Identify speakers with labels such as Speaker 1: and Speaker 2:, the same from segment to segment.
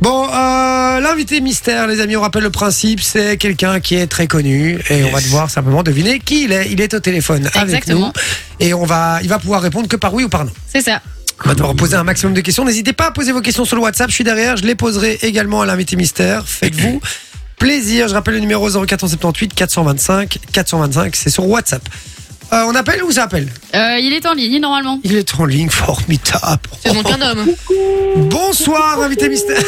Speaker 1: Bon, euh, l'invité mystère, les amis, on rappelle le principe, c'est quelqu'un qui est très connu et on va devoir simplement deviner qui il est. Il est au téléphone avec nous
Speaker 2: Exactement.
Speaker 1: et on va, il va pouvoir répondre que par oui ou par non.
Speaker 2: C'est ça.
Speaker 1: On va devoir poser un maximum de questions. N'hésitez pas à poser vos questions sur le WhatsApp. Je suis derrière. Je les poserai également à l'invité mystère. Faites-vous plaisir. Je rappelle le numéro 0478 425 425. C'est sur WhatsApp. Euh, on appelle ou ça appelle
Speaker 2: Euh, il est en ligne normalement.
Speaker 1: Il est en ligne, formidable.
Speaker 3: C'est donc un homme.
Speaker 1: Bonsoir, invité mystère.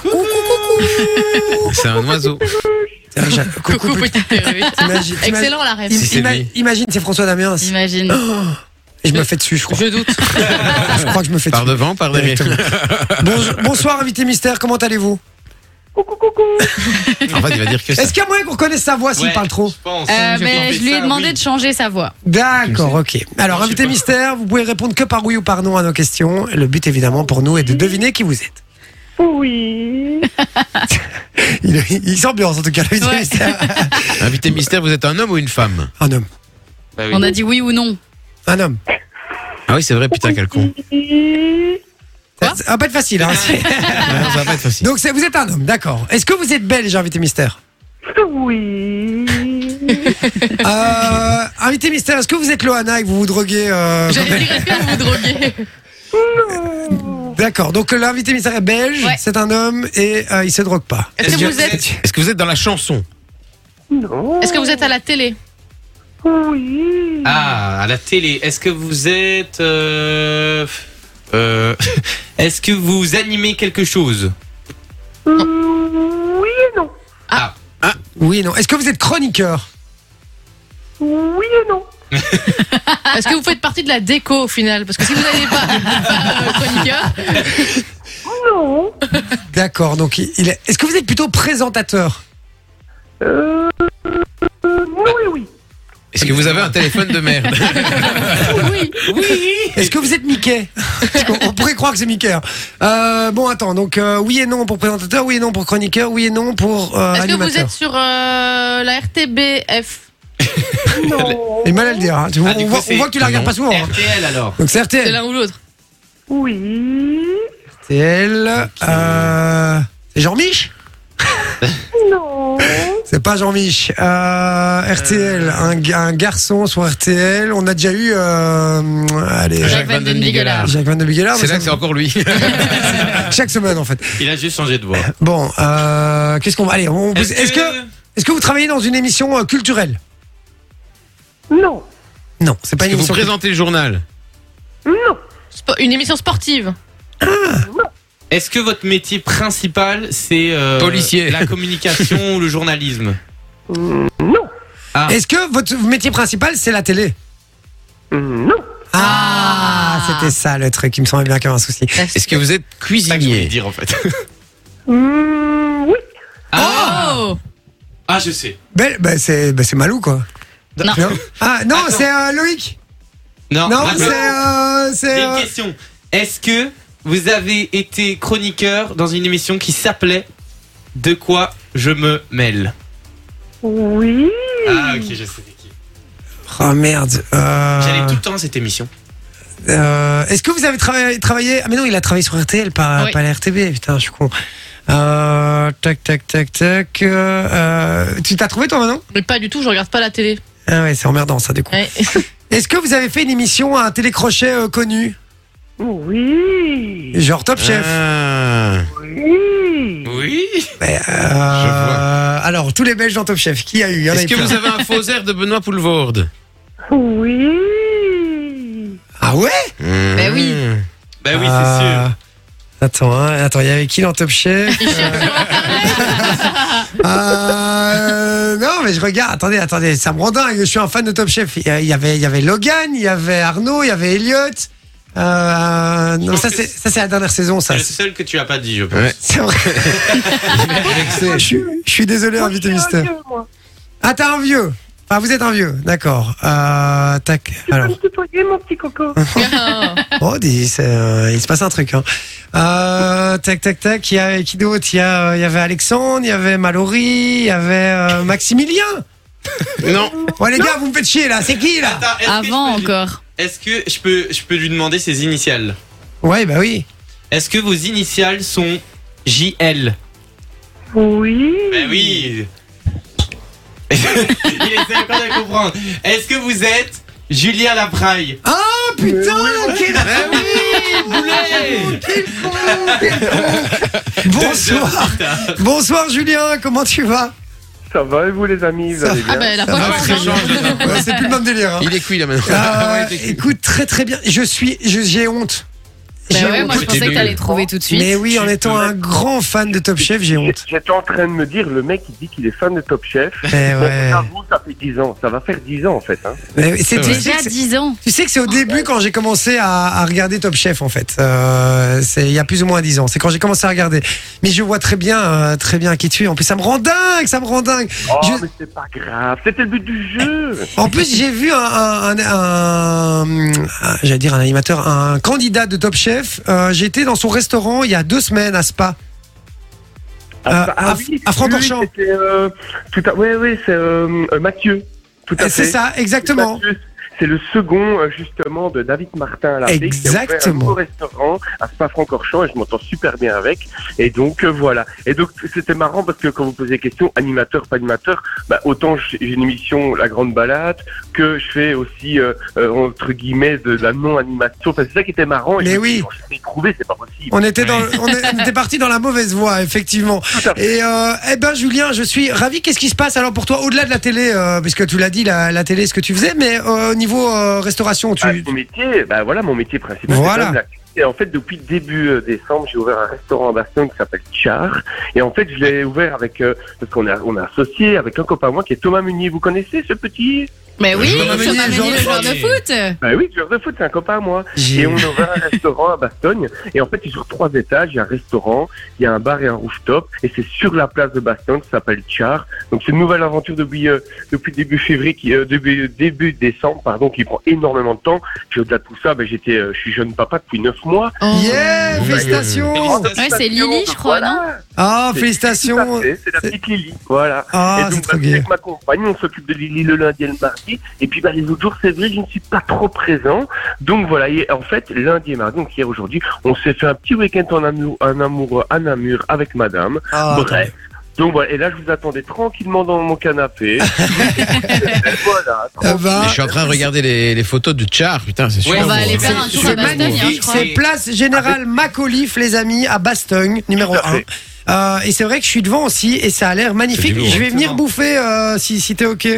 Speaker 1: Coucou, coucou.
Speaker 4: C'est un oiseau.
Speaker 1: C'est vrai que j'ai- Coucou,
Speaker 3: Coucou,
Speaker 1: putain.
Speaker 3: petit père, oui.
Speaker 1: T'imagines- t'imagines-
Speaker 3: Excellent la rêve.
Speaker 1: im-
Speaker 4: Si c'est
Speaker 1: ima-
Speaker 4: lui.
Speaker 1: Imagine, c'est François Damiens.
Speaker 2: J'imagine.
Speaker 1: Et je me fais dessus, je crois.
Speaker 3: Je doute.
Speaker 1: Je crois que je me fais
Speaker 4: Par
Speaker 1: dessus.
Speaker 4: devant, par derrière.
Speaker 1: Bonjour- Bonsoir, invité mystère. Comment allez-vous
Speaker 4: En fait, il va dire que ça.
Speaker 1: Est-ce qu'il y a moyen qu'on reconnaisse sa voix s'il
Speaker 5: Ouais.
Speaker 1: parle trop
Speaker 5: pense.
Speaker 2: Euh, mais je lui ai demandé de changer sa voix.
Speaker 1: D'accord, ok. Alors, invité mystère, vous pouvez répondre que par oui ou par non à nos questions. Le but, évidemment, pour nous est de deviner qui vous êtes.
Speaker 6: Oui.
Speaker 1: Il, il s'ambiance, en tout cas, l'invité
Speaker 2: Ouais.
Speaker 1: mystère.
Speaker 4: Invité mystère, vous êtes un homme ou une femme
Speaker 1: Un homme.
Speaker 5: Bah
Speaker 2: On a dit oui ou non.
Speaker 1: Un homme.
Speaker 4: Ah oui, c'est vrai, putain, quel con.
Speaker 1: Ça ça va pas être facile. Hein, c'est-
Speaker 4: ça va pas être facile.
Speaker 1: Donc, c'est- vous êtes un homme, d'accord. Est-ce que vous êtes belge, invité mystère
Speaker 6: Oui.
Speaker 1: euh, Invité mystère, est-ce que vous êtes Loana et que vous vous droguez euh,
Speaker 3: J'allais dire, est-ce que vous vous droguez
Speaker 1: D'accord, donc l'invité mystère est belge,
Speaker 2: Ouais.
Speaker 1: c'est un homme et euh, il se drogue pas.
Speaker 3: Est-ce que vous êtes,
Speaker 4: Est-ce que vous êtes dans la chanson
Speaker 6: Non.
Speaker 3: est-ce que vous êtes à la télé
Speaker 6: Oui.
Speaker 5: Ah, à la télé. Est-ce que vous êtes. euh, euh, Est-ce que vous animez quelque chose
Speaker 6: Oui et non.
Speaker 1: Oui, non. Est-ce que vous êtes chroniqueur
Speaker 6: Oui et non.
Speaker 3: Est-ce que vous faites partie de la déco au final Parce que si vous n'avez pas, pas, euh, chroniqueur,
Speaker 6: Non.
Speaker 1: D'accord, donc il il est... Est-ce que vous êtes plutôt présentateur
Speaker 6: Euh, euh, oui, oui,
Speaker 4: Est-ce que vous avez un téléphone de merde
Speaker 3: oui.
Speaker 1: Est-ce que vous êtes Mickey Parce qu'on- On pourrait croire que c'est Mickey. hein. Euh, bon, attends, donc euh, oui et non pour présentateur, oui et non pour chroniqueur, oui et non pour euh,
Speaker 3: Est-ce que vous
Speaker 1: animateur.
Speaker 3: êtes sur euh, la RTBF
Speaker 6: oui. Non.
Speaker 1: Il est mal à le dire, hein. Tu vois,
Speaker 5: Ah, du
Speaker 1: on,
Speaker 5: coup,
Speaker 1: voit,
Speaker 5: c'est-
Speaker 1: on voit que tu la regardes pas souvent. hein.
Speaker 5: RTL alors
Speaker 1: Donc c'est RTL.
Speaker 3: C'est l'un ou l'autre
Speaker 6: Oui.
Speaker 1: RTL, euh, C'est Jean-Mich
Speaker 6: Non.
Speaker 1: C'est pas Jean-Mich. Euh, RTL, un, ga- un garçon sur RTL. On a déjà eu. euh, allez,
Speaker 3: Jacques Van Den Bigelaar.
Speaker 1: Jacques Van de Bigelaar.
Speaker 4: C'est
Speaker 1: mais
Speaker 4: là que c'est
Speaker 1: ça-
Speaker 4: encore lui.
Speaker 1: Chaque semaine en fait.
Speaker 5: Il a juste changé de voix.
Speaker 1: Bon, euh, qu'est-ce qu'on va. Allez, on- est-ce que. Est-ce que vous travaillez dans une émission euh, culturelle
Speaker 6: Non.
Speaker 1: Non, c'est pas
Speaker 4: Est-ce
Speaker 1: une
Speaker 4: que vous
Speaker 1: émission.
Speaker 4: présentez le journal
Speaker 6: Non.
Speaker 3: Spo- Une émission sportive
Speaker 5: Est-ce que votre métier principal c'est. euh,
Speaker 4: Policier.
Speaker 5: La communication ou le journalisme
Speaker 6: Non.
Speaker 5: Ah.
Speaker 1: Est-ce que votre métier principal c'est la télé
Speaker 6: Non.
Speaker 1: Ah,
Speaker 3: Ah.
Speaker 1: c'était ça le truc qui me semblait bien comme un souci.
Speaker 4: Est-ce que vous êtes
Speaker 5: C'est ça que je voulais
Speaker 4: cuisinier
Speaker 5: dire en fait.
Speaker 1: Oh.
Speaker 6: Mm, oui.
Speaker 3: Oh
Speaker 5: Ah, je sais.
Speaker 1: Ben, ben, c'est ben, c'est Malou quoi.
Speaker 3: Non.
Speaker 1: Tu vois Ah non,
Speaker 5: Attends.
Speaker 1: c'est euh, Loïc.
Speaker 5: Non,
Speaker 1: Non,
Speaker 5: rappelez-
Speaker 1: c'est euh, c'est
Speaker 5: Ah, J'ai
Speaker 1: euh,
Speaker 5: une question. Est-ce que vous avez été chroniqueur dans une émission qui s'appelait De quoi je me mêle
Speaker 6: Oui.
Speaker 5: Ah, ok, je sais c'est qui.
Speaker 1: Oh merde. Euh,
Speaker 5: J'allais tout le temps à cette émission.
Speaker 1: euh, Est-ce que vous avez travaillé, travaillé Ah mais non, il a travaillé sur RTL, pas,
Speaker 3: Oui.
Speaker 1: pas la RTB. Putain, je suis con. Euh, tac, tac, tac, tac. euh, euh, tu t'as trouvé toi maintenant
Speaker 3: Mais pas du tout, je regarde pas la télé.
Speaker 1: Ah ouais, c'est emmerdant ça du coup.
Speaker 3: Ouais.
Speaker 1: Est-ce que vous avez fait une émission à un télécrochet euh, connu
Speaker 6: Oui.
Speaker 1: Genre Top Chef
Speaker 4: Ah.
Speaker 6: Oui.
Speaker 5: Oui.
Speaker 1: Euh,
Speaker 4: Je vois.
Speaker 1: Alors, tous les Belges dans Top Chef, qui a eu Il y en a
Speaker 4: Est-ce
Speaker 1: eu
Speaker 4: que
Speaker 1: plein.
Speaker 4: vous avez un faux air de Benoît Poulvorde
Speaker 6: Oui.
Speaker 1: Ah ouais
Speaker 4: Ben
Speaker 3: oui.
Speaker 5: Bah oui, c'est sûr.
Speaker 1: Euh, Attends, hein, attends, il y avait qui dans Top Chef Euh, Non, mais je regarde, attendez, attendez, ça me rend dingue, je suis un fan de Top Chef. Il y a- il y avait, il y avait Logan, il y avait Arnaud, il y avait Elliot. Euh, non,
Speaker 5: pense
Speaker 1: ça
Speaker 5: que
Speaker 1: c'est ça, c'est la dernière saison, ça.
Speaker 5: C'est le seul que tu as pas dit, je pense.
Speaker 4: Ouais.
Speaker 1: C'est vrai. je, suis- je suis désolé,
Speaker 6: Moi,
Speaker 1: invité
Speaker 6: je suis un
Speaker 1: mystère.
Speaker 6: vieux, moi.
Speaker 1: Ah, t'es un vieux. Ah, vous êtes un vieux, d'accord. Euh, tac.
Speaker 6: Tu peux
Speaker 1: Alors.
Speaker 6: me tutoyer, mon petit coco
Speaker 1: Hein
Speaker 3: Bien.
Speaker 1: Oh, dis, c'est, euh, il se passe un truc. Hein. Euh, tac, tac, tac. Il y a qui d'autre Il y, a, euh, il y avait Alexandre, il y avait Mallory, il y avait euh, Maximilien.
Speaker 4: Non.
Speaker 1: Ouais, les gars, vous me faites chier là. C'est qui là
Speaker 5: Attends, est-ce que
Speaker 2: Avant
Speaker 5: je peux lui-
Speaker 2: encore.
Speaker 5: Est-ce que je peux, je peux lui demander ses initiales
Speaker 1: Ouais, bah oui.
Speaker 5: Est-ce que vos initiales sont JL.
Speaker 6: Oui.
Speaker 5: Ben oui Il essaie encore de comprendre. Est-ce que vous êtes Julien Lapraille
Speaker 1: Ah putain, quel
Speaker 4: Bah
Speaker 5: Ben oui Boulet
Speaker 1: Bonsoir Bonsoir Julien, comment tu vas
Speaker 6: Ça va et vous les amis Vous
Speaker 1: Ça
Speaker 6: allez
Speaker 3: Ah ben,
Speaker 6: bien
Speaker 3: la
Speaker 1: Ça
Speaker 3: poche.
Speaker 1: va très bien. Ouais, C'est plus le même délire. hein.
Speaker 4: Il est cuit là maintenant.
Speaker 1: Euh,
Speaker 4: Ah, Ouais, il est cuit.
Speaker 1: écoute, très très bien. Je suis, je- j'ai honte. J'ai
Speaker 2: Bah ouais,
Speaker 1: honte.
Speaker 2: moi je pensais que t'allais trouver tout de suite.
Speaker 1: Mais oui, en
Speaker 5: Tu
Speaker 1: étant
Speaker 5: peux.
Speaker 1: un grand fan de Top Chef, j'ai honte.
Speaker 6: J'étais en train de me dire, le mec il dit qu'il est fan de Top Chef.
Speaker 1: Eh
Speaker 6: Bon,
Speaker 1: ouais.
Speaker 6: j'avoue, ça fait 10 ans, ça va faire 10 ans en fait. Hein.
Speaker 1: Mais c'est- tu sais
Speaker 2: Déjà
Speaker 1: que c'est-
Speaker 2: 10 ans.
Speaker 1: tu sais que c'est au début quand j'ai commencé à, à regarder Top Chef en fait. Euh, c'est il y a plus ou moins 10 ans. C'est quand j'ai commencé à regarder. Mais je vois très bien, euh, très bien qui tu es. En plus, ça me rend dingue, ça me rend dingue.
Speaker 6: Oh,
Speaker 1: Je- Euh,
Speaker 6: mais c'est pas grave, c'était le but du jeu.
Speaker 1: En plus, j'ai vu un, un, un, un- un- j'allais dire un animateur, un candidat de Top Chef. Euh, J'étais dans son restaurant il y a deux semaines à Spa. Euh, à-
Speaker 6: Ah, oui,
Speaker 1: à Francorchamps.
Speaker 6: oui, c'était, euh, tout à... Ouais, ouais, c'est euh, euh, Mathieu. Tout
Speaker 1: Eh,
Speaker 6: à fait.
Speaker 1: C'est ça, exactement.
Speaker 6: Mathieu, C'est le second, euh, justement, de David Martin à la Paix, qui a ouvert
Speaker 1: Exactement.
Speaker 6: Un nouveau restaurant à Spa-Francorchamps et je m'entends super bien avec. Et donc, euh, voilà. Et donc, c'était marrant parce que quand vous posez la question, animateur, pas animateur, bah, autant j'ai j'ai une émission La Grande Balade que je fais aussi, euh, euh, entre guillemets, de la non-animation. Enfin, c'est ça qui était marrant. Et
Speaker 1: Mais
Speaker 6: je me
Speaker 1: oui.
Speaker 6: dis, Je l'ai trouvé, c'est pas possible.
Speaker 1: On était dans, le- on est- on était parti dans la mauvaise voie, effectivement.
Speaker 6: Tout à fait.
Speaker 1: Et euh, eh ben, Julien, je suis ravi. Qu'est-ce qui se passe alors pour toi au-delà de la télé, euh, puisque tu l'as dit, la, la télé, ce que tu faisais, mais euh, au niveau euh, restauration, tu.
Speaker 6: Ah, mon métier, bah voilà, mon métier principal. c'est
Speaker 1: Voilà.
Speaker 6: quand même la cuisine. Et en fait, depuis début euh, décembre, j'ai ouvert un restaurant à Bastogne qui s'appelle Char. Et en fait, je l'ai ouvert avec, euh, parce qu'on a, on a associé avec un copain à moi qui est Thomas Munier. Vous connaissez ce petit
Speaker 2: Mais oui,
Speaker 1: Thomas
Speaker 2: Thomas
Speaker 1: Meunier,
Speaker 2: Meunier,
Speaker 1: joueur de
Speaker 2: le joueur de foot.
Speaker 6: Bah oui, joueur de foot, c'est un copain à moi.
Speaker 1: J'ai-
Speaker 6: Et on a ouvert un restaurant à Bastogne. Et en fait, c'est sur trois étages. Il y a un restaurant, il y a un bar et un rooftop. Et c'est sur la place de Bastogne, ça s'appelle Char. Donc c'est une nouvelle aventure depuis, euh, depuis début février, qui, euh, début, début décembre, pardon, qui prend énormément de temps. Puis au-delà de tout ça, ben, j'étais, euh, je suis jeune papa depuis neuf mois.
Speaker 2: Oh.
Speaker 1: Yeah,
Speaker 4: Ouais.
Speaker 1: félicitations.
Speaker 2: Ouais, c'est Lily, je crois, non
Speaker 1: Ah,
Speaker 6: C'est- Tout à
Speaker 1: félicitations.
Speaker 6: fait, C'est la petite Lily, voilà.
Speaker 1: Ah,
Speaker 6: et
Speaker 1: c'est
Speaker 6: donc,
Speaker 1: trop
Speaker 6: bah,
Speaker 1: bien.
Speaker 6: avec ma compagne, on s'occupe de Lily le lundi et le mardi. Et puis, bah, les autres jours, c'est vrai, je ne suis pas trop présent. Donc, voilà. Et en fait, lundi et mardi, donc hier, aujourd'hui, on s'est fait un petit week-end en amour, en amour, à Namur avec madame.
Speaker 1: Ah,
Speaker 6: Bref. Donc, voilà. Et là, je vous attendais tranquillement dans mon canapé. voilà.
Speaker 1: eh ben,
Speaker 4: Mais je suis en train de regarder les, les photos du char, putain, c'est super.
Speaker 5: Ouais,
Speaker 2: On va
Speaker 4: beau,
Speaker 2: aller
Speaker 4: hein.
Speaker 2: faire un
Speaker 1: c'est-
Speaker 2: tour
Speaker 1: Ah. c'est
Speaker 2: à Bastogne, hein, je
Speaker 5: magnifique,
Speaker 2: crois.
Speaker 5: c'est-
Speaker 1: Et place Générale Macauliffe, les amis, à Bastogne, numéro
Speaker 6: Tout à
Speaker 1: 1.
Speaker 6: fait.
Speaker 1: et c'est vrai que je suis devant aussi et ça a l'air magnifique.
Speaker 4: C'est du lourd. hein.
Speaker 1: Je vais venir
Speaker 5: Exactement.
Speaker 1: bouffer euh, si, si t'es ok.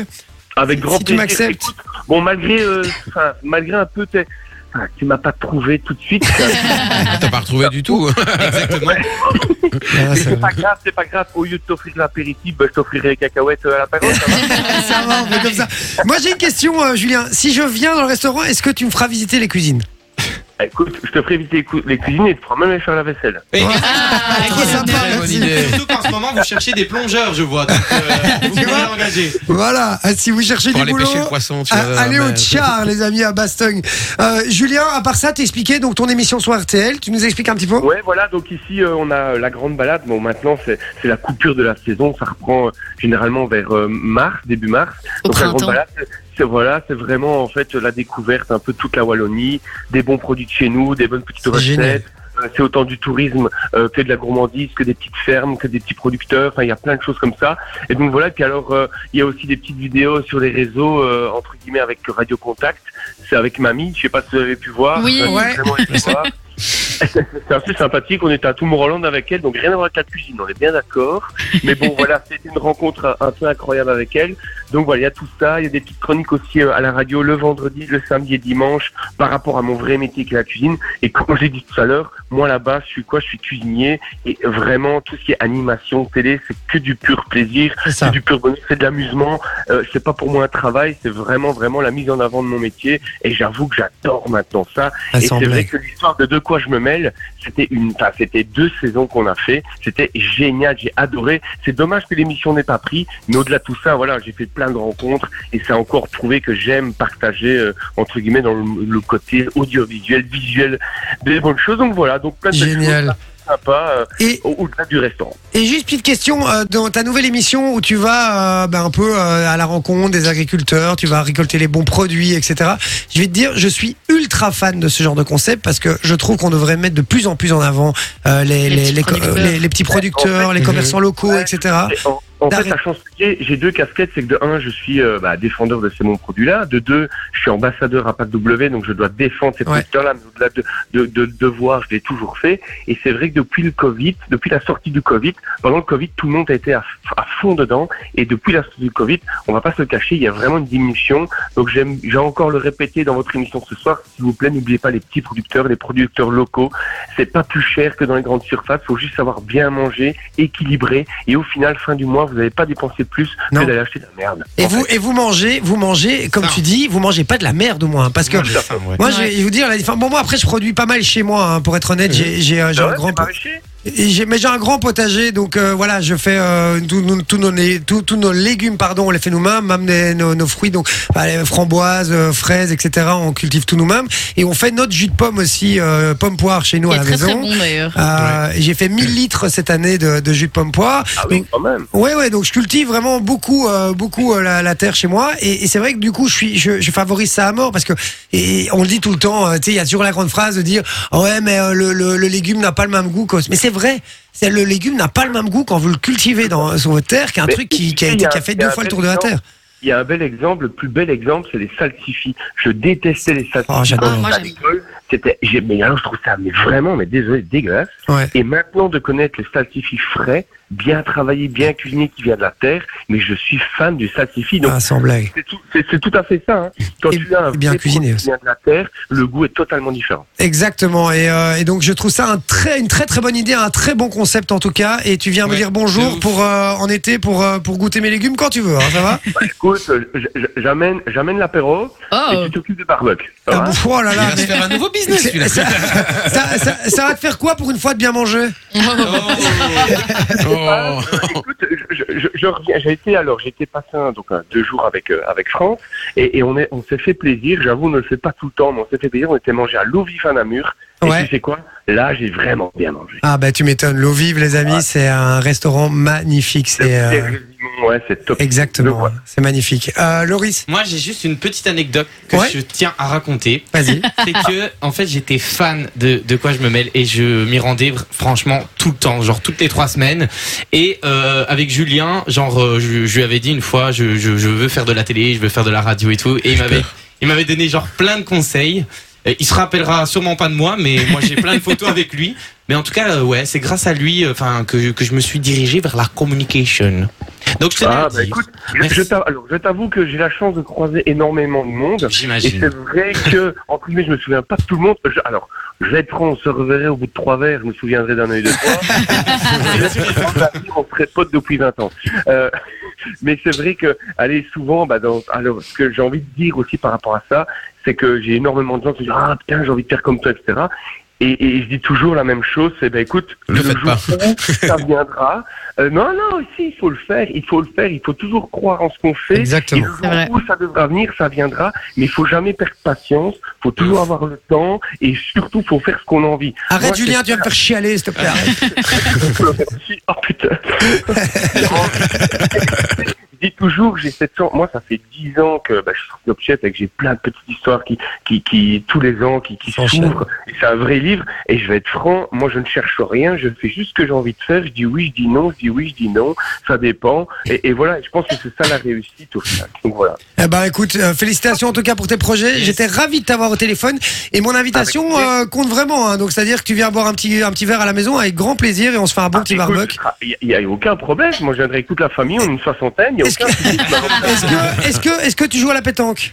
Speaker 6: Avec
Speaker 1: Si
Speaker 6: grand
Speaker 1: tu
Speaker 6: plaisir.
Speaker 1: m'acceptes.
Speaker 6: Écoute, Bon, malgré, euh, enfin, malgré un peu tes- enfin, tu m'as pas trouvé tout de suite.
Speaker 4: Ah, T'as pas retrouvé du tout. hein.
Speaker 1: Ah, ça
Speaker 6: c'est
Speaker 1: va.
Speaker 6: pas grave, c'est pas grave. Au lieu de t'offrir l'apéritif, bah, je t'offrirai les cacahuètes euh, à la parole.
Speaker 1: Ça va, on fait comme ça. Moi j'ai une question, euh, Julien. Si je viens dans le restaurant, est-ce que tu me feras visiter les cuisines
Speaker 6: Écoute, je te ferai visiter les, cou- les cuisines et tu pourras même aller faire la vaisselle.
Speaker 5: Et-
Speaker 3: Ah,
Speaker 5: Ah,
Speaker 1: trop
Speaker 5: quelle
Speaker 1: sympa,
Speaker 5: idée.
Speaker 1: merci.
Speaker 5: Surtout qu'en ce moment, vous cherchez des plongeurs, je vois. Donc, euh, vous
Speaker 1: Tu
Speaker 5: pouvez
Speaker 1: vois
Speaker 5: l'engager.
Speaker 1: Voilà, Ah, si vous cherchez
Speaker 4: Pour
Speaker 1: du
Speaker 4: aller
Speaker 1: boulot.
Speaker 4: pêcher le poisson, tu
Speaker 1: à-
Speaker 4: vas- Ah,
Speaker 1: allez au
Speaker 4: Ouais.
Speaker 1: char, les amis, à Bastogne. Euh, Julien, à part ça, t'expliquais donc ton émission sur RTL. Tu nous expliques un petit peu
Speaker 6: Ouais, voilà, donc ici euh, on a euh, la grande balade. Bon, maintenant c'est c'est la coupure de la saison, ça reprend euh, généralement vers euh, mars, début mars.
Speaker 2: Au
Speaker 6: donc la grande
Speaker 2: printemps.
Speaker 6: balade, c'est- c'est voilà, c'est vraiment en fait la découverte un peu toute la Wallonie, des bons produits de chez nous, des bonnes petites
Speaker 1: C'est génial.
Speaker 6: recettes. Euh, C'est autant du tourisme euh, que de la gourmandise, que des petites fermes, que des petits producteurs. Enfin, il y a plein de choses comme ça. Et donc voilà. Puis alors, euh, il y a aussi des petites vidéos sur les réseaux euh, entre guillemets avec Radio Contact. C'est avec Mamie. Je sais pas si vous avez pu voir.
Speaker 2: Oui.
Speaker 6: Euh, j'ai
Speaker 1: Ouais.
Speaker 6: vraiment aimé voir. C'est assez sympathique. On était à Tomorrowland avec elle, donc rien à voir avec la cuisine. On est bien d'accord. Mais bon, voilà, c'était une rencontre un, un peu incroyable avec elle. Donc voilà, il y a tout ça. Il y a des petites chroniques aussi euh, à la radio le vendredi, le samedi et dimanche par rapport à mon vrai métier qui est la cuisine. Et comme j'ai dit tout à l'heure, moi là-bas, je suis quoi Je suis cuisinier. Et vraiment, tout ce qui est animation, télé, c'est que du pur plaisir,
Speaker 1: C'est
Speaker 6: c'est
Speaker 1: ça.
Speaker 6: du pur bonheur, c'est de l'amusement. Euh, c'est pas pour moi un travail, c'est vraiment, vraiment la mise en avant de mon métier. Et j'avoue que j'adore maintenant ça.
Speaker 1: Ah,
Speaker 6: Et
Speaker 1: sans
Speaker 6: c'est vrai
Speaker 1: blague.
Speaker 6: que l'histoire de De quoi je me mêle, c'était une, enfin, c'était deux saisons qu'on a fait. C'était génial, j'ai adoré. C'est dommage que l'émission n'ait pas pris, mais au-delà de tout ça, voilà, j'ai fait plein de rencontres et ça a encore prouvé que j'aime partager, euh, entre guillemets, dans le, le côté audiovisuel, visuel, des bonnes choses. Donc voilà, donc plein de belles
Speaker 1: Génial.
Speaker 6: choses. sympa euh,
Speaker 1: Et,
Speaker 6: au- au-delà du restaurant.
Speaker 1: et juste petite question, euh, dans ta nouvelle émission où tu vas euh, ben, un peu euh, à la rencontre des agriculteurs, tu vas récolter les bons produits, etc. Je vais te dire, je suis ultra fan de ce genre de concept parce que je trouve qu'on devrait mettre de plus en plus en avant euh, les, les,
Speaker 3: Les petits
Speaker 1: les co-
Speaker 3: producteurs.
Speaker 1: euh, les- les petits producteurs, les
Speaker 4: Mhm.
Speaker 1: commerçants locaux, etc.
Speaker 6: Et En, en fait,
Speaker 1: D'arrêt.
Speaker 6: la chance que j'ai, j'ai deux casquettes, c'est que de un, je suis euh, bah, défendeur de ces bons produits-là, de deux, je suis ambassadeur à PAC W, donc je dois défendre ces
Speaker 1: Ouais.
Speaker 6: producteurs-là, mais au-delà de, de, de, de devoir, je l'ai toujours fait. Et c'est vrai que depuis le Covid, depuis la sortie du Covid, pendant le Covid, tout le monde a été à, à fond dedans, et depuis la sortie du Covid, on va pas se le cacher, il y a vraiment une diminution. Donc j'aime, j'ai encore le répété dans votre émission ce soir, s'il vous plaît, n'oubliez pas les petits producteurs, les producteurs locaux, c'est pas plus cher que dans les grandes surfaces. Faut juste savoir bien manger, équilibrer, et au final, fin du mois, vous n'avez pas dépensé plus
Speaker 1: Non.
Speaker 6: que d'aller acheter de la merde.
Speaker 1: Et
Speaker 6: En
Speaker 1: vous,
Speaker 6: fait.
Speaker 1: et vous mangez, vous mangez, comme
Speaker 4: Ça.
Speaker 1: tu dis, vous mangez pas de la merde au moins. hein, Parce que
Speaker 4: Moi, j'ai faim, ouais.
Speaker 1: moi,
Speaker 3: Ouais.
Speaker 1: je vais vous dire, la différence- bon, moi après, je produis pas mal chez moi, hein, pour être honnête. J'ai j'ai, euh, j'ai
Speaker 6: Ah
Speaker 1: un
Speaker 6: ouais,
Speaker 1: grand
Speaker 6: t'es maraîcher
Speaker 1: Et j'ai- mais j'ai un grand potager, donc euh, voilà, je fais euh, tous nos- tous nos, lé- tous- tous nos légumes, pardon, on les fait nous-mêmes, même les- nos, nos fruits, donc bah, les framboises, euh, fraises, etc. On cultive tout nous-mêmes et on fait notre jus de pomme aussi, euh, pomme poire chez nous
Speaker 3: Il
Speaker 1: à
Speaker 3: est
Speaker 1: la
Speaker 3: très très
Speaker 1: maison.
Speaker 3: bon d'ailleurs.
Speaker 1: Euh, J'ai fait 1000 litres cette année de, de jus de pomme poire.
Speaker 6: Ah
Speaker 1: Donc,
Speaker 6: oui, quand même.
Speaker 1: Ouais, ouais, donc je cultive vraiment beaucoup, euh, beaucoup euh, la, la terre chez moi. Et, et c'est vrai que du coup, je, suis, je, je favorise ça à mort parce que, et on le dit tout le temps, euh, tu sais, il y a toujours la grande phrase de dire Ah Ouais, mais euh, le, le, le légume n'a pas le même goût. qu'au- Mais c'est vrai, c'est, le légume n'a pas le même goût quand vous le cultivez dans, sur votre terre qu'un
Speaker 6: Mais
Speaker 1: truc qui, qui, a,
Speaker 6: il y
Speaker 1: été-
Speaker 6: a-
Speaker 1: qui a fait
Speaker 6: il y a
Speaker 1: deux
Speaker 6: un
Speaker 1: fois le
Speaker 6: bel
Speaker 1: tour de la
Speaker 6: exemple.
Speaker 1: terre.
Speaker 6: Il y a un bel exemple, le plus bel exemple, c'est les salsifis. Je détestais les salsifis.
Speaker 1: Oh, j'adore.
Speaker 3: Ah, moi,
Speaker 6: à
Speaker 3: j'aime.
Speaker 6: l'école. C'était, j'ai- mais alors je trouve ça, mais vraiment, mais désolé, dégueulasse.
Speaker 1: Ouais.
Speaker 6: Et maintenant de connaître le salsifis frais, bien travaillé, bien cuisiné, qui vient de la terre, mais je suis fan du salsifis. Donc
Speaker 1: Ah, sans blague.
Speaker 6: C'est tout, c'est- c'est tout à fait ça. hein. Quand
Speaker 1: Et-
Speaker 6: tu as un
Speaker 1: et bien
Speaker 6: vrai
Speaker 1: cuisiné
Speaker 6: produit
Speaker 1: aussi.
Speaker 6: qui vient de la terre, le goût est totalement différent.
Speaker 1: Exactement. Et, euh, et donc, je trouve ça un très, une très très bonne idée, un très bon concept en tout cas. Et tu viens me
Speaker 4: Ouais,
Speaker 1: dire
Speaker 4: de
Speaker 1: bonjour
Speaker 4: ouf.
Speaker 1: pour, euh, en été pour, euh, pour goûter mes légumes quand tu veux, hein, ça va
Speaker 6: Écoute, euh, j- j- j'amène, j'amène l'apéro et
Speaker 3: Oh
Speaker 6: tu t'occupes du barbecue. Ça
Speaker 1: Ah
Speaker 6: va
Speaker 1: bon, Oh là
Speaker 4: Il
Speaker 1: là,
Speaker 4: va se
Speaker 1: mais-
Speaker 4: faire un nouveau business, Oh, celui-là.
Speaker 1: Ça, ça- ça- ça va te faire quoi pour une fois de bien manger
Speaker 4: Oh.
Speaker 6: Écoute, je, je- je- je reviens. J'ai été alors, j'étais passé un, donc un, deux jours avec euh, avec France et, et on est, on s'est fait plaisir. J'avoue, on ne le fait pas tout le temps, mais on s'est fait plaisir. On était mangé à Louvif à Namur. Et
Speaker 1: Ouais.
Speaker 6: tu sais quoi Là, j'ai vraiment bien mangé.
Speaker 1: Ah bah tu m'étonnes, l'eau vive les amis, c'est un restaurant magnifique, c'est
Speaker 6: Le
Speaker 1: euh,
Speaker 6: petit résumé, ouais, c'est top. Je
Speaker 1: exactement,
Speaker 6: vois.
Speaker 1: c'est magnifique. Euh, Loris,
Speaker 5: Moi, j'ai juste une petite anecdote que
Speaker 1: Ouais.
Speaker 5: je tiens à raconter.
Speaker 1: vas-y.
Speaker 5: C'est que, en fait, j'étais fan de, de quoi je me mêle et je m'y rendais vr- franchement tout le temps, genre toutes les trois semaines. Et euh, avec Julien, genre, euh, je, je lui avais dit une fois, je, je, je veux faire de la télé, je veux faire de la radio et tout. Et il m'avait, il m'avait donné genre plein de conseils. Et il se rappellera sûrement pas de moi, mais moi j'ai plein de photos avec lui. Mais en tout cas, euh, ouais, c'est grâce à lui, enfin, que, que je me suis dirigé vers la communication. Donc je tenais à
Speaker 6: Ah
Speaker 5: le
Speaker 6: bah
Speaker 5: dire.
Speaker 6: écoute, je,
Speaker 5: Merci.
Speaker 6: je t'avoue- alors, je t'avoue que j'ai la chance de croiser énormément de monde. Et
Speaker 5: j'imagine.
Speaker 6: c'est vrai que, en guillemets, je me souviens pas de tout le monde. Je- alors, je vais être franc, on se reverrait au bout de trois verres, je me souviendrai d'un œil de trois. Je vais être franc, bah, on serait potes depuis 20 ans. Euh, mais c'est vrai que, allez, souvent, bah, dans, alors, ce que j'ai envie de dire aussi par rapport à ça, c'est que j'ai énormément de gens qui disent, ah, putain, j'ai envie de faire comme toi, etc. Et, et je dis toujours la même chose, c'est, bah, écoute,
Speaker 4: Le faites
Speaker 6: jour
Speaker 4: pas.
Speaker 6: où ça viendra, euh, non, non, si, il faut le faire, il faut le faire, il faut toujours croire en ce qu'on fait. Et
Speaker 1: Exactement.
Speaker 6: le
Speaker 3: C'est
Speaker 6: jour
Speaker 3: vrai.
Speaker 6: où ça devra venir, ça viendra, mais il faut jamais perdre patience, faut toujours avoir le temps et surtout faut faire ce qu'on a envie.
Speaker 1: Arrête
Speaker 6: Moi,
Speaker 1: Julien, tu vas me faire chialer s'il te plaît. arrête.
Speaker 6: oh putain. Je dis toujours, j'ai 7 ans. Moi, ça fait 10 ans que bah, je suis sur Snapchat et que j'ai plein de petites histoires qui, qui, qui tous les ans, qui, qui
Speaker 1: S'enchaînent.
Speaker 6: s'ouvrent. Et C'est un vrai livre. Et je vais être franc, moi, je ne cherche rien. Je fais juste ce que j'ai envie de faire. Je dis oui, je dis non, je dis oui, je dis non. Ça dépend. Et, et voilà, je pense que c'est ça la réussite au final. Donc voilà.
Speaker 1: Eh ben écoute, euh, félicitations en tout cas pour tes projets.
Speaker 5: Yes.
Speaker 1: J'étais ravi de t'avoir au téléphone et mon invitation euh,
Speaker 6: Avec
Speaker 1: compte vraiment. hein. donc c'est à dire que tu viens boire un petit un petit verre à la maison avec grand plaisir et on se fait un bon petit
Speaker 6: Ah, Écoute,
Speaker 1: barbecue.
Speaker 6: Il n'y a, il y a aucun problème. Moi, je viendrai avec toute la famille. On est une soixantaine. Il n'y a
Speaker 1: Est-ce que
Speaker 6: aucun souci.
Speaker 1: est-ce que est-ce que est-ce que tu joues à la pétanque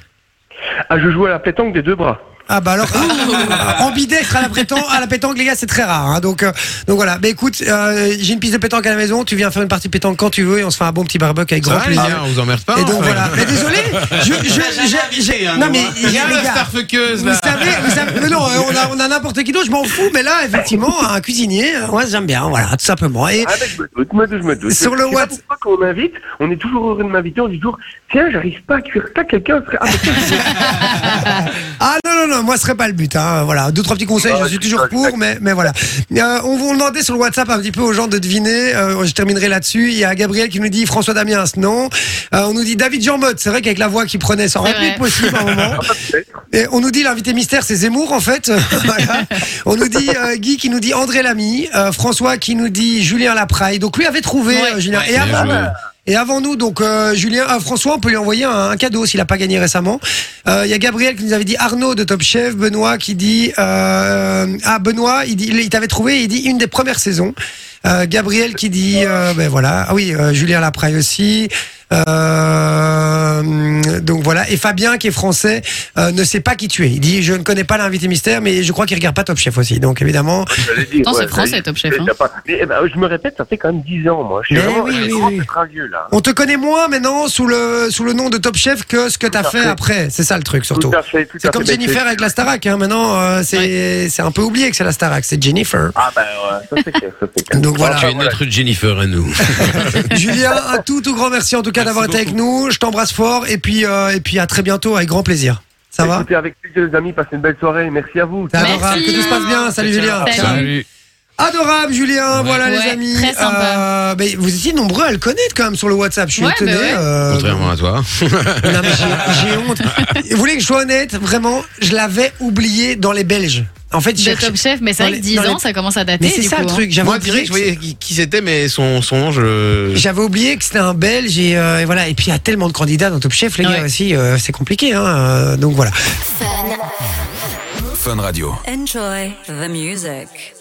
Speaker 6: Ah, je joue à la pétanque des deux bras.
Speaker 1: Ah bah alors euh, ambidextre à la pétanque, à la pétanque les gars c'est très rare hein. donc euh, donc voilà mais écoute euh, j'ai une piste de pétanque à la maison tu viens faire une partie de pétanque quand tu veux et on se fait un bon petit barbecue avec
Speaker 4: Ça
Speaker 1: grand
Speaker 4: va, les
Speaker 1: plaisir
Speaker 4: gars, on vous emmerde pas.
Speaker 1: Ah, et donc
Speaker 4: enfin.
Speaker 1: voilà mais désolé je, je, je-
Speaker 5: invité, hein,
Speaker 1: non
Speaker 5: nous,
Speaker 1: mais
Speaker 5: hein.
Speaker 1: les
Speaker 4: Viens, la
Speaker 1: gars,
Speaker 4: starfuckeuse,
Speaker 1: vous
Speaker 4: là.
Speaker 1: savez, vous savez- mais non, euh, on a, on a n'importe qui d'autre, je m'en fous, mais là, effectivement, un cuisinier, euh, moi j'aime bien, voilà, tout simplement. Et
Speaker 6: Ah, ben, je me doute, je me doute, je me doute.
Speaker 1: Sur le
Speaker 6: Je sais pas
Speaker 1: what-
Speaker 6: pourquoi quand on m'invite, on est toujours heureux de m'inviter. On dit toujours, tiens, j'arrive pas à cuire ça. Quelqu'un serait. Ah, mais tiens, je vais-
Speaker 1: ah non, non, non, euh, moi, ce serait pas le but. Hein. Voilà, deux trois petits conseils,
Speaker 6: Ah,
Speaker 1: je suis
Speaker 6: je
Speaker 1: toujours
Speaker 6: suis pas-
Speaker 1: pour, mais mais voilà. Euh, on vous demandait sur le WhatsApp un petit peu aux gens de deviner. euh, je terminerai là-dessus. Il y a Gabriel qui nous dit François Damiens, non. Euh, on nous dit David Jean Motte. C'est vrai qu'avec la voix qu'il prenait, ça aurait
Speaker 3: C'est
Speaker 1: pu
Speaker 3: vrai.
Speaker 1: être possible à un moment.
Speaker 6: Ah, peut-être.
Speaker 1: Et on nous dit l'invité mystère, c'est Zemmour en fait. Voilà. On nous dit euh, Guy qui nous dit André Lamy, euh, François qui nous dit Julien Lapraille. Donc lui avait trouvé
Speaker 3: Ouais.
Speaker 1: euh, Julien.
Speaker 4: Ouais,
Speaker 1: et,
Speaker 4: bien
Speaker 1: avant,
Speaker 4: joué.
Speaker 1: et avant nous, donc euh, Julien, euh, François, on peut lui envoyer un, un cadeau s'il a pas gagné récemment. Euh, Il y a Gabriel qui nous avait dit Arnaud de Top Chef, Benoît qui dit euh, ah Benoît, il dit il t'avait trouvé, il dit une des premières saisons. Euh, Gabriel qui dit euh, ben voilà ah oui euh, Julien Lapraille aussi euh, donc voilà et Fabien qui est français euh, ne sait pas qui tu es il dit je ne connais pas l'invité mystère mais je crois qu'il regarde pas Top Chef aussi donc évidemment
Speaker 6: J'allais dire,
Speaker 3: Pourtant,
Speaker 6: ouais,
Speaker 3: c'est français,
Speaker 6: j'allais-
Speaker 3: Top Chef. hein.
Speaker 6: j'allais pas- Mais, eh ben, je me répète, ça fait quand même 10 ans, moi. Je suis
Speaker 1: Mais
Speaker 6: vraiment
Speaker 1: oui,
Speaker 6: je
Speaker 1: oui,
Speaker 6: commence
Speaker 1: oui.
Speaker 6: à être un vieux, là.
Speaker 1: on te connaît moins maintenant sous le sous le nom de Top Chef que ce que t'as
Speaker 6: Tout à
Speaker 1: fait
Speaker 6: fait.
Speaker 1: après c'est ça le truc surtout
Speaker 6: Tout à fait, tout à
Speaker 1: c'est comme
Speaker 6: fait.
Speaker 1: Jennifer avec la Starac hein. maintenant euh, c'est c'est un peu oublié que c'est la Starac c'est Jennifer
Speaker 6: Ah, ben, ouais, ça c'est clair, ça c'est clair.
Speaker 1: donc voilà
Speaker 4: Tu es notre Jennifer à nous.
Speaker 1: Julien un tout tout grand merci en tout cas d'avoir été avec nous je t'embrasse fort et puis euh, et puis à très bientôt avec grand plaisir ça va
Speaker 6: Écoutez, avec plaisir, les amis, passez une belle soirée. Merci à vous.
Speaker 1: C'est
Speaker 3: Merci.
Speaker 1: adorable. Que tout se passe bien. Salut Julien.
Speaker 2: Salut.
Speaker 1: Adorable Julien.
Speaker 4: Ouais.
Speaker 1: Voilà les
Speaker 2: Ouais,
Speaker 1: amis.
Speaker 2: très sympa.
Speaker 1: Euh, mais vous étiez nombreux à le connaître quand même sur le WhatsApp. Je suis
Speaker 3: Ouais,
Speaker 1: étonné.
Speaker 3: bah ouais.
Speaker 1: euh,
Speaker 4: Contrairement à toi.
Speaker 1: non, mais j'ai- j'ai honte. Vous voulez que je sois honnête Vraiment, je l'avais oublié dans les Belges. En fait, je
Speaker 2: De
Speaker 1: cherchais-
Speaker 2: Top Chef, mais c'est
Speaker 1: Dans
Speaker 2: vrai que
Speaker 1: les-
Speaker 2: 10
Speaker 1: dans les-
Speaker 2: ans, ça commence à dater.
Speaker 1: Mais c'est
Speaker 2: du
Speaker 1: ça
Speaker 2: coup,
Speaker 1: le
Speaker 2: hein.
Speaker 1: truc. J'avais
Speaker 4: Moi,
Speaker 1: oublié,
Speaker 4: direct, je
Speaker 1: que
Speaker 4: voyais qui, qui c'était, mais son, son nom, je.
Speaker 1: c'est- j'avais oublié que c'était un Belge et, euh, et voilà. Et puis il y a tellement de candidats dans Top Chef, les gars
Speaker 3: Ouais.
Speaker 1: aussi, euh, c'est compliqué. Hein, euh, donc voilà.
Speaker 7: Fun Radio.
Speaker 8: Enjoy the music.